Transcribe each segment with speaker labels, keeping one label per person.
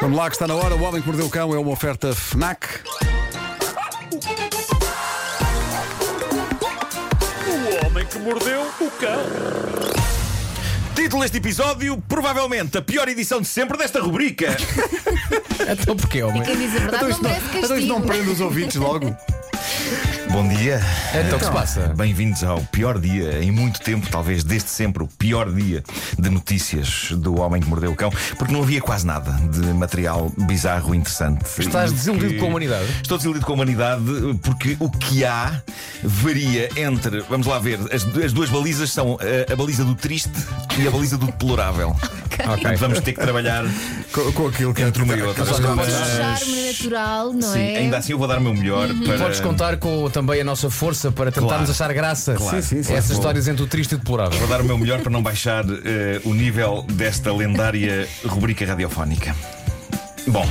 Speaker 1: Vamos lá que está na hora. O Homem que Mordeu o Cão é uma oferta FNAC.
Speaker 2: O homem que mordeu o cão.
Speaker 3: Título deste episódio, provavelmente a pior edição de sempre desta rubrica.
Speaker 4: Então porquê, homem?
Speaker 5: Quem diz a verdade não merece castigo.
Speaker 1: Então isto não prende os ouvidos logo.
Speaker 3: Bom dia.
Speaker 4: Então o que se passa?
Speaker 3: Bem-vindos ao pior dia em muito tempo, talvez desde sempre, o pior dia de notícias do Homem que Mordeu o Cão, porque não havia quase nada de material bizarro e interessante.
Speaker 4: Estás
Speaker 3: E
Speaker 4: desiludido
Speaker 3: que-
Speaker 4: com a humanidade?
Speaker 3: Estou desiludido com a humanidade porque o que há varia entre, vamos lá ver, as, du- as duas balizas são eh, a, a baliza do triste e a baliza do deplorável.
Speaker 4: Ok.
Speaker 3: Vamos ter que trabalhar
Speaker 1: Com, com aquilo que
Speaker 3: entre uma e outra.
Speaker 4: Mas
Speaker 5: Mas
Speaker 4: podes-
Speaker 5: o charme natural, não
Speaker 3: Sim,
Speaker 5: é? Uhum.
Speaker 3: ainda assim eu vou dar o meu melhor para.
Speaker 4: Podes contar com também a nossa força para tentarmos
Speaker 3: Claro.
Speaker 4: achar graça
Speaker 3: Claro. Sim, sim, sim.
Speaker 4: essas
Speaker 3: Vou-
Speaker 4: histórias entre o triste e o deplorável.
Speaker 3: Vou dar o meu melhor para não baixar eh, o nível desta lendária rubrica radiofónica. Bom,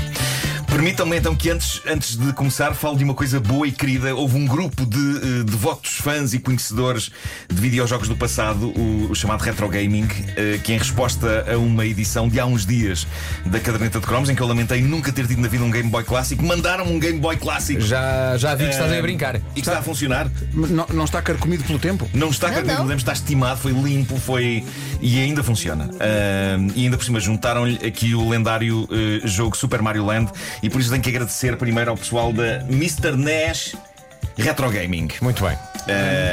Speaker 3: permitam-me então que antes, antes de começar falo de uma coisa boa e querida. Houve um grupo de eh, devotos fãs e conhecedores de videojogos do passado, o, o chamado Retro Gaming, eh, que em resposta a uma edição de há uns dias da Caderneta de Cromos, em que eu lamentei nunca ter tido na vida um Game Boy clássico, mandaram um Game Boy clássico.
Speaker 4: Já, já vi que estás aí a brincar.
Speaker 3: E que está a funcionar.
Speaker 1: Mas Não, não está carcomido pelo tempo?
Speaker 3: Não está
Speaker 5: Não,
Speaker 3: carregado
Speaker 5: não.
Speaker 3: de lembro, está estimado, foi limpo, foi. E ainda funciona. Ahm, e ainda por cima juntaram-lhe aqui o lendário eh, jogo Super Mario Land. E por isso tenho que agradecer primeiro ao pessoal da Mr. Nash Retro Gaming.
Speaker 4: Muito bem.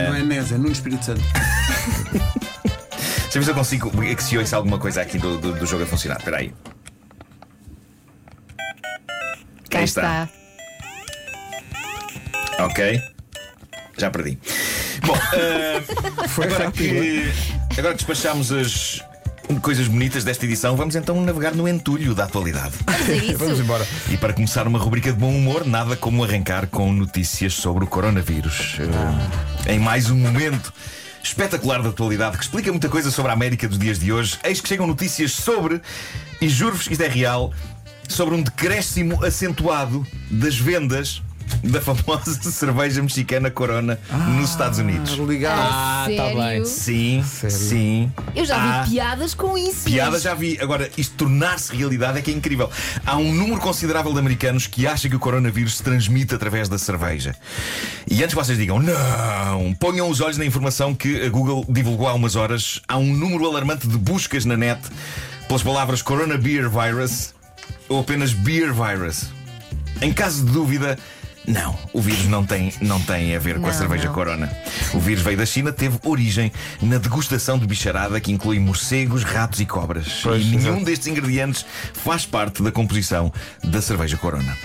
Speaker 1: Não é Nes, é Nuno Espírito Santo.
Speaker 3: Deixa eu ver se eu consigo que se ouça alguma coisa aqui do, do, do jogo a funcionar. Espera aí.
Speaker 5: Cá
Speaker 3: Aí
Speaker 5: está.
Speaker 3: está. Ok. Já perdi. Bom, ahm, agora, que, agora que despachámos as coisas bonitas desta edição, vamos então navegar no entulho da atualidade.
Speaker 5: Vamos a isso.
Speaker 4: Vamos embora.
Speaker 3: E para começar uma rubrica de bom humor, nada como arrancar com notícias sobre o coronavírus. Eh, Em mais um momento espetacular da atualidade que explica muita coisa sobre a América dos dias de hoje, eis que chegam notícias sobre, e juro-vos que isto é real, sobre um decréscimo acentuado das vendas da famosa cerveja mexicana Corona nos Estados Unidos.
Speaker 1: Ligado.
Speaker 4: Ah, tá
Speaker 5: Sério?
Speaker 4: bem.
Speaker 3: Sim, sim.
Speaker 5: Eu já vi
Speaker 1: Ah.
Speaker 3: Há-
Speaker 5: piadas com isso.
Speaker 3: Piada
Speaker 5: mas
Speaker 3: já vi. Agora, isto tornar-se realidade é que é incrível. Há um número considerável de americanos que acha que o coronavírus se transmite através da cerveja. E antes que vocês digam, não, ponham os olhos na informação que a Google divulgou há umas horas. Há um número alarmante de buscas na net pelas palavras Corona Beer Virus ou apenas Beer Virus. Em caso de dúvida, não, o vírus não tem, não tem a ver com a
Speaker 5: Não,
Speaker 3: cerveja
Speaker 5: não.
Speaker 3: Corona. O vírus veio da China, teve origem na degustação de bicharada que inclui morcegos, ratos e cobras. e nenhum destes ingredientes faz parte da composição da cerveja Corona.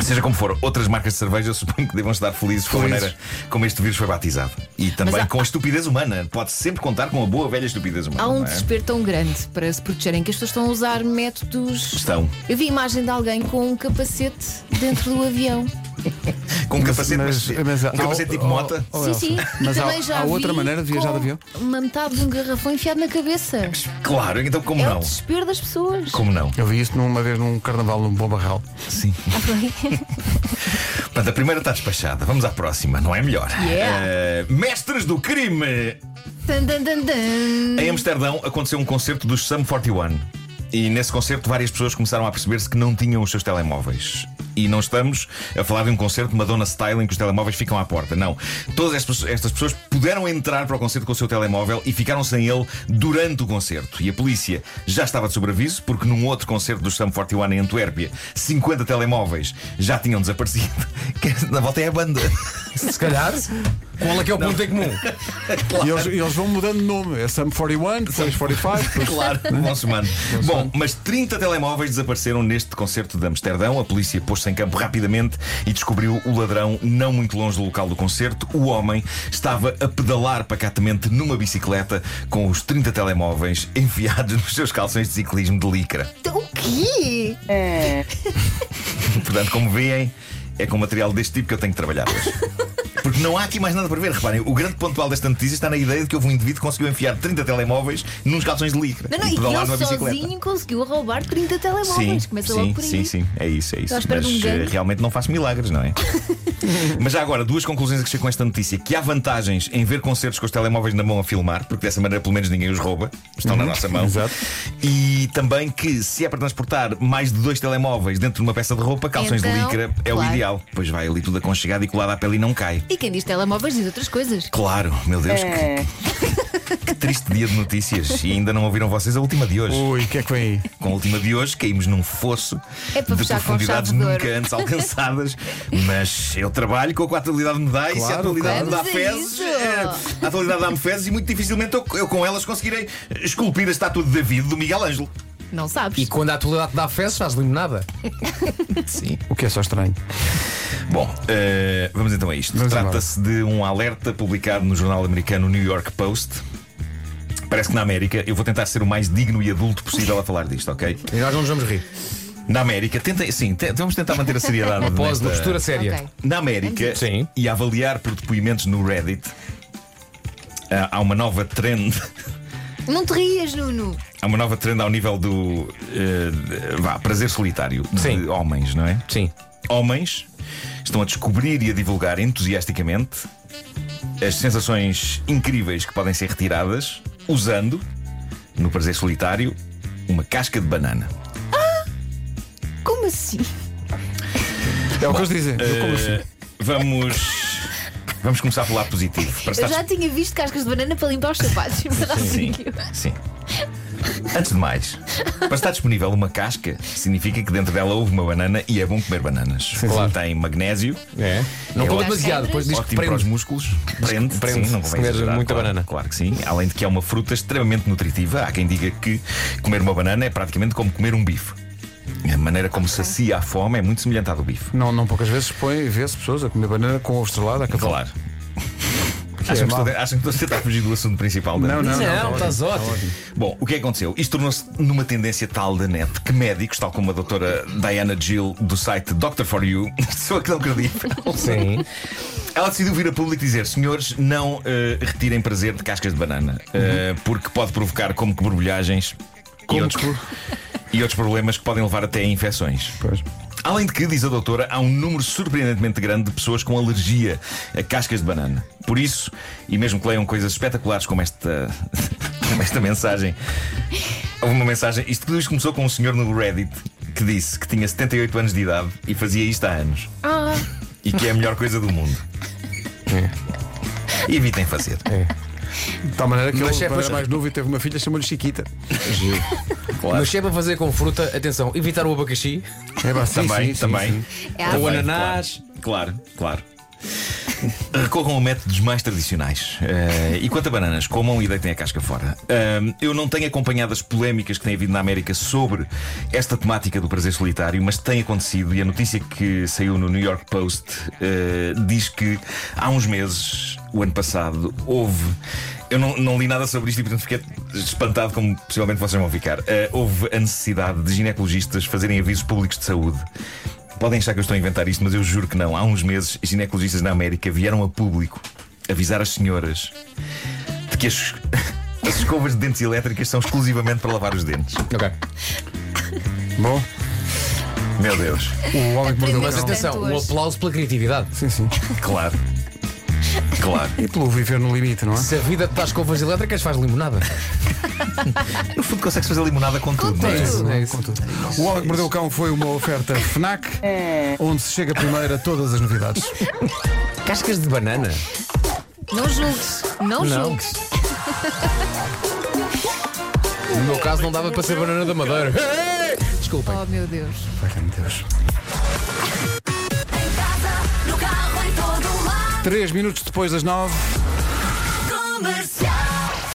Speaker 3: Seja como for, outras marcas de cerveja eu suponho que devam estar felizes com a maneira como este vírus foi batizado. E também
Speaker 5: há-
Speaker 3: com a estupidez humana. Pode sempre contar com a boa velha estupidez humana.
Speaker 5: Há um
Speaker 3: não é?
Speaker 5: desespero tão grande para se protegerem que as pessoas estão a usar métodos.
Speaker 3: Estão
Speaker 5: Eu vi imagem de alguém com um capacete dentro do avião.
Speaker 3: com um capacete,
Speaker 1: mas-
Speaker 3: mas-
Speaker 1: mas há-
Speaker 3: um capacete tipo
Speaker 1: há-
Speaker 3: mota.
Speaker 1: Oh,
Speaker 5: sim,
Speaker 1: Elsa,
Speaker 5: sim.
Speaker 1: mas
Speaker 5: e
Speaker 1: há-
Speaker 5: também já
Speaker 1: há
Speaker 5: vi
Speaker 1: outra maneira de viajar de
Speaker 5: com
Speaker 1: avião?
Speaker 5: Uma metade de um garrafão enfiado na cabeça.
Speaker 3: Claro, então como
Speaker 5: É o
Speaker 3: não?
Speaker 5: desespero das pessoas.
Speaker 3: Como não?
Speaker 1: Eu vi isto numa vez num carnaval num bom barral.
Speaker 3: Sim. Portanto, a primeira está despachada. Vamos à próxima, não é melhor?
Speaker 5: Yeah.
Speaker 3: Eh, mestres do crime!
Speaker 5: Tan, tan, tan, tan.
Speaker 3: Em Amsterdão aconteceu um concerto dos Sum 41. E nesse concerto várias pessoas começaram a perceber-se que não tinham os seus telemóveis. E não estamos a falar de um concerto de Madonna Style em que os telemóveis ficam à porta. Não. Todas estas, estas pessoas puderam entrar para o concerto com o seu telemóvel e ficaram sem ele durante o concerto. E a polícia já estava de sobreaviso porque num outro concerto dos Sum 41 em Antuérpia, 50 telemóveis já tinham desaparecido. Que Na volta é a banda.
Speaker 4: Se calhar, qual é que é o ponto em comum?
Speaker 1: E eles, e eles vão mudando de nome. É Sam 41, depois 45. depois-
Speaker 3: Claro, bom semana. Bom, mas 30 telemóveis desapareceram neste concerto de Amsterdão. A polícia pôs-se em campo rapidamente e descobriu o ladrão não muito longe do local do concerto. O homem estava a pedalar pacatamente numa bicicleta com os 30 telemóveis enfiados nos seus calções de ciclismo de licra.
Speaker 5: O quê?
Speaker 3: Portanto, como veem, é com material deste tipo que eu tenho que trabalhar hoje. Porque não há aqui mais nada para ver. Reparem, o grande pontual desta notícia está na ideia de que houve um indivíduo que conseguiu enfiar 30 telemóveis nos calções de licra.
Speaker 5: Não, não,
Speaker 3: e pedalar
Speaker 5: e
Speaker 3: numa
Speaker 5: ele
Speaker 3: bicicleta.
Speaker 5: sozinho conseguiu roubar 30
Speaker 3: Sim,
Speaker 5: telemóveis. Começa
Speaker 3: sim,
Speaker 5: logo por aí.
Speaker 3: sim, sim, é isso, é isso.
Speaker 5: à espera de um
Speaker 3: Mas
Speaker 5: gangue.
Speaker 3: eh, realmente não faço milagres, não é? Mas já agora, duas conclusões que chego com esta notícia: que há vantagens em ver concertos com os telemóveis na mão a filmar, porque dessa maneira pelo menos ninguém os rouba, estão na nossa mão.
Speaker 1: exato.
Speaker 3: E também que se é para transportar mais de dois telemóveis dentro de uma peça de roupa, calções de
Speaker 5: Então,
Speaker 3: licra é o
Speaker 5: claro.
Speaker 3: ideal. Pois vai ali tudo aconchegado e colado à pele e não cai.
Speaker 5: E quem diz telemóveis diz outras coisas.
Speaker 3: Claro, meu Deus,
Speaker 5: É.
Speaker 3: que, que triste dia de notícias. E ainda não ouviram vocês a última de hoje.
Speaker 1: Ui, o que é que vem aí?
Speaker 3: Com a última de hoje, caímos num fosso
Speaker 5: É para
Speaker 3: de
Speaker 5: fechar com
Speaker 3: profundidades
Speaker 5: chave de ouro.
Speaker 3: nunca antes alcançadas. Mas eu trabalho com o que a atualidade me dá e se a
Speaker 1: Claro,
Speaker 3: atualidade me dá
Speaker 5: claro. Vamos a
Speaker 3: fezes,
Speaker 5: isso.
Speaker 3: eh, a atualidade dá-me fezes e muito dificilmente eu, eu com elas conseguirei esculpir a estátua de David do Miguel Ângelo.
Speaker 5: Não sabes.
Speaker 4: E quando a atualidade te dá fezes, faz limonada.
Speaker 3: Sim.
Speaker 1: O que é só estranho.
Speaker 3: Bom, eh, vamos então a isto.
Speaker 1: Vamos
Speaker 3: Trata-se de um alerta publicado no jornal americano New York Post. Parece que na América, eu vou tentar ser o mais digno e adulto possível a falar disto, ok?
Speaker 4: E nós não nos vamos rir.
Speaker 3: Na América, tentem, sim, te- vamos tentar manter a seriedade.
Speaker 4: Uma pose,
Speaker 3: nesta-
Speaker 4: uma postura séria.
Speaker 5: Ok.
Speaker 3: Na América,
Speaker 4: Sim.
Speaker 3: e a avaliar por depoimentos no Reddit, ah, há uma nova trend.
Speaker 5: Não te rias, Nuno.
Speaker 3: Há uma nova trend ao nível do eh, de- vá, prazer solitário de
Speaker 4: Sim.
Speaker 3: homens, não é?
Speaker 4: Sim.
Speaker 3: Homens estão a descobrir e a divulgar entusiasticamente as sensações incríveis que podem ser retiradas usando, no prazer solitário, uma casca de banana.
Speaker 5: Como assim?
Speaker 1: É o que eles dizem. Como assim?
Speaker 3: Eh, vamos. Vamos começar pelo lado positivo. Para
Speaker 5: Eu
Speaker 3: estar
Speaker 5: já tinha visto cascas de banana para limpar os sapatos. mas ela
Speaker 3: Sim,
Speaker 5: seguiu.
Speaker 3: sim. Antes de mais, para estar disponível uma casca, significa que dentro dela houve uma banana e é bom comer bananas. Claro. Tem magnésio,
Speaker 4: É. Não
Speaker 3: É
Speaker 4: come
Speaker 3: ótimo.
Speaker 4: demasiado, depois diz que
Speaker 3: ótimo para os
Speaker 4: prende.
Speaker 3: músculos, prende,
Speaker 4: prende,
Speaker 3: sim, não
Speaker 4: se
Speaker 3: convém
Speaker 4: comer
Speaker 3: exagerar,
Speaker 4: muita
Speaker 3: claro,
Speaker 4: banana.
Speaker 3: Claro que sim. Além de que é uma fruta extremamente nutritiva, há quem diga que comer uma banana é praticamente como comer um bife. A maneira como sacia a fome é muito semelhante à do bife.
Speaker 1: Não, não poucas vezes põe e vê-se pessoas a comer banana com ovo estrelado a cavalo.
Speaker 3: Claro. Acham que, estou, a- acham que estou a tentar fugir do assunto principal da
Speaker 1: Não, não, não.
Speaker 4: é Não, estás ótimo.
Speaker 3: Bom, o que é que aconteceu? Isto tornou-se numa tendência tal da net que médicos, tal como a doutora Diana Gill do site Doctor for You, pessoa que não acredita,
Speaker 4: Sim.
Speaker 3: ela decidiu vir a público dizer: senhores, não eh, retirem prazer de cascas de banana, eh, porque pode provocar como que borbulhagens e, outros, e outros problemas que podem levar até a infecções.
Speaker 1: Pois.
Speaker 3: Além de que, diz a doutora, há um número surpreendentemente grande de pessoas com alergia a cascas de banana. Por isso, e mesmo que leiam coisas espetaculares como esta, como esta mensagem, houve uma mensagem. Isto tudo isto começou com um senhor no Reddit que disse que tinha 78 anos de idade e fazia isto há anos.
Speaker 5: Ah,
Speaker 3: E que é a melhor coisa do mundo.
Speaker 1: É.
Speaker 3: E Evitem fazer.
Speaker 1: De tal maneira que
Speaker 4: Mas
Speaker 1: ele,
Speaker 4: é,
Speaker 1: quando
Speaker 4: pois-
Speaker 1: era mais novo e teve uma filha, chamou-lhe Chiquita.
Speaker 4: Mas se é para fazer com fruta, atenção, evitar o abacaxi,
Speaker 1: É, pá, sim,
Speaker 3: também,
Speaker 1: sim, sim,
Speaker 3: também.
Speaker 1: sim.
Speaker 5: é
Speaker 3: Também,
Speaker 4: o
Speaker 5: a
Speaker 4: ananás.
Speaker 3: Claro, claro. claro. Recorram a métodos mais tradicionais. Eh, e quanto a bananas, comam e deitem a casca fora. Ahm, eu não tenho acompanhado as polémicas que têm havido na América sobre esta temática do prazer solitário, mas tem acontecido e a notícia que saiu no New York Post eh, diz que há uns meses, o ano passado, houve. Eu não, não li nada sobre isto e portanto fiquei espantado, como possivelmente vocês vão ficar. Eh, houve a necessidade de ginecologistas fazerem avisos públicos de saúde. Podem achar que eu estou a inventar isto, mas eu juro que não. Há uns meses, ginecologistas na América vieram a público avisar as senhoras de que as, as escovas de dentes elétricas são exclusivamente para lavar os dentes.
Speaker 4: Ok.
Speaker 1: Bom,
Speaker 3: Meu Deus.
Speaker 1: o homem que mordeu o
Speaker 5: Mas
Speaker 1: cão.
Speaker 4: Mas
Speaker 5: até-
Speaker 4: atenção,
Speaker 5: Tanto
Speaker 4: um
Speaker 5: hoje.
Speaker 4: aplauso pela criatividade.
Speaker 1: Sim, sim.
Speaker 3: Claro. Claro.
Speaker 1: E pelo viver no limite, não é?
Speaker 4: Se a vida te dá escovas elétricas, faz limonada.
Speaker 3: No fundo, consegues fazer limonada com tudo, não é?
Speaker 5: tudo.
Speaker 4: É isso.
Speaker 1: O Homem que Mordeu o Cão foi uma oferta FNAC, onde se chega primeiro a todas as novidades.
Speaker 4: Cascas de banana.
Speaker 5: Não julgues, não,
Speaker 4: Não.
Speaker 5: julgues.
Speaker 4: No meu caso, não dava para ser banana da Madeira. Desculpem.
Speaker 5: Oh meu Deus.
Speaker 1: Ai, meu Deus.
Speaker 6: Em casa, no carro, em todo lado.
Speaker 1: Três minutos depois das nove.
Speaker 6: Comercial.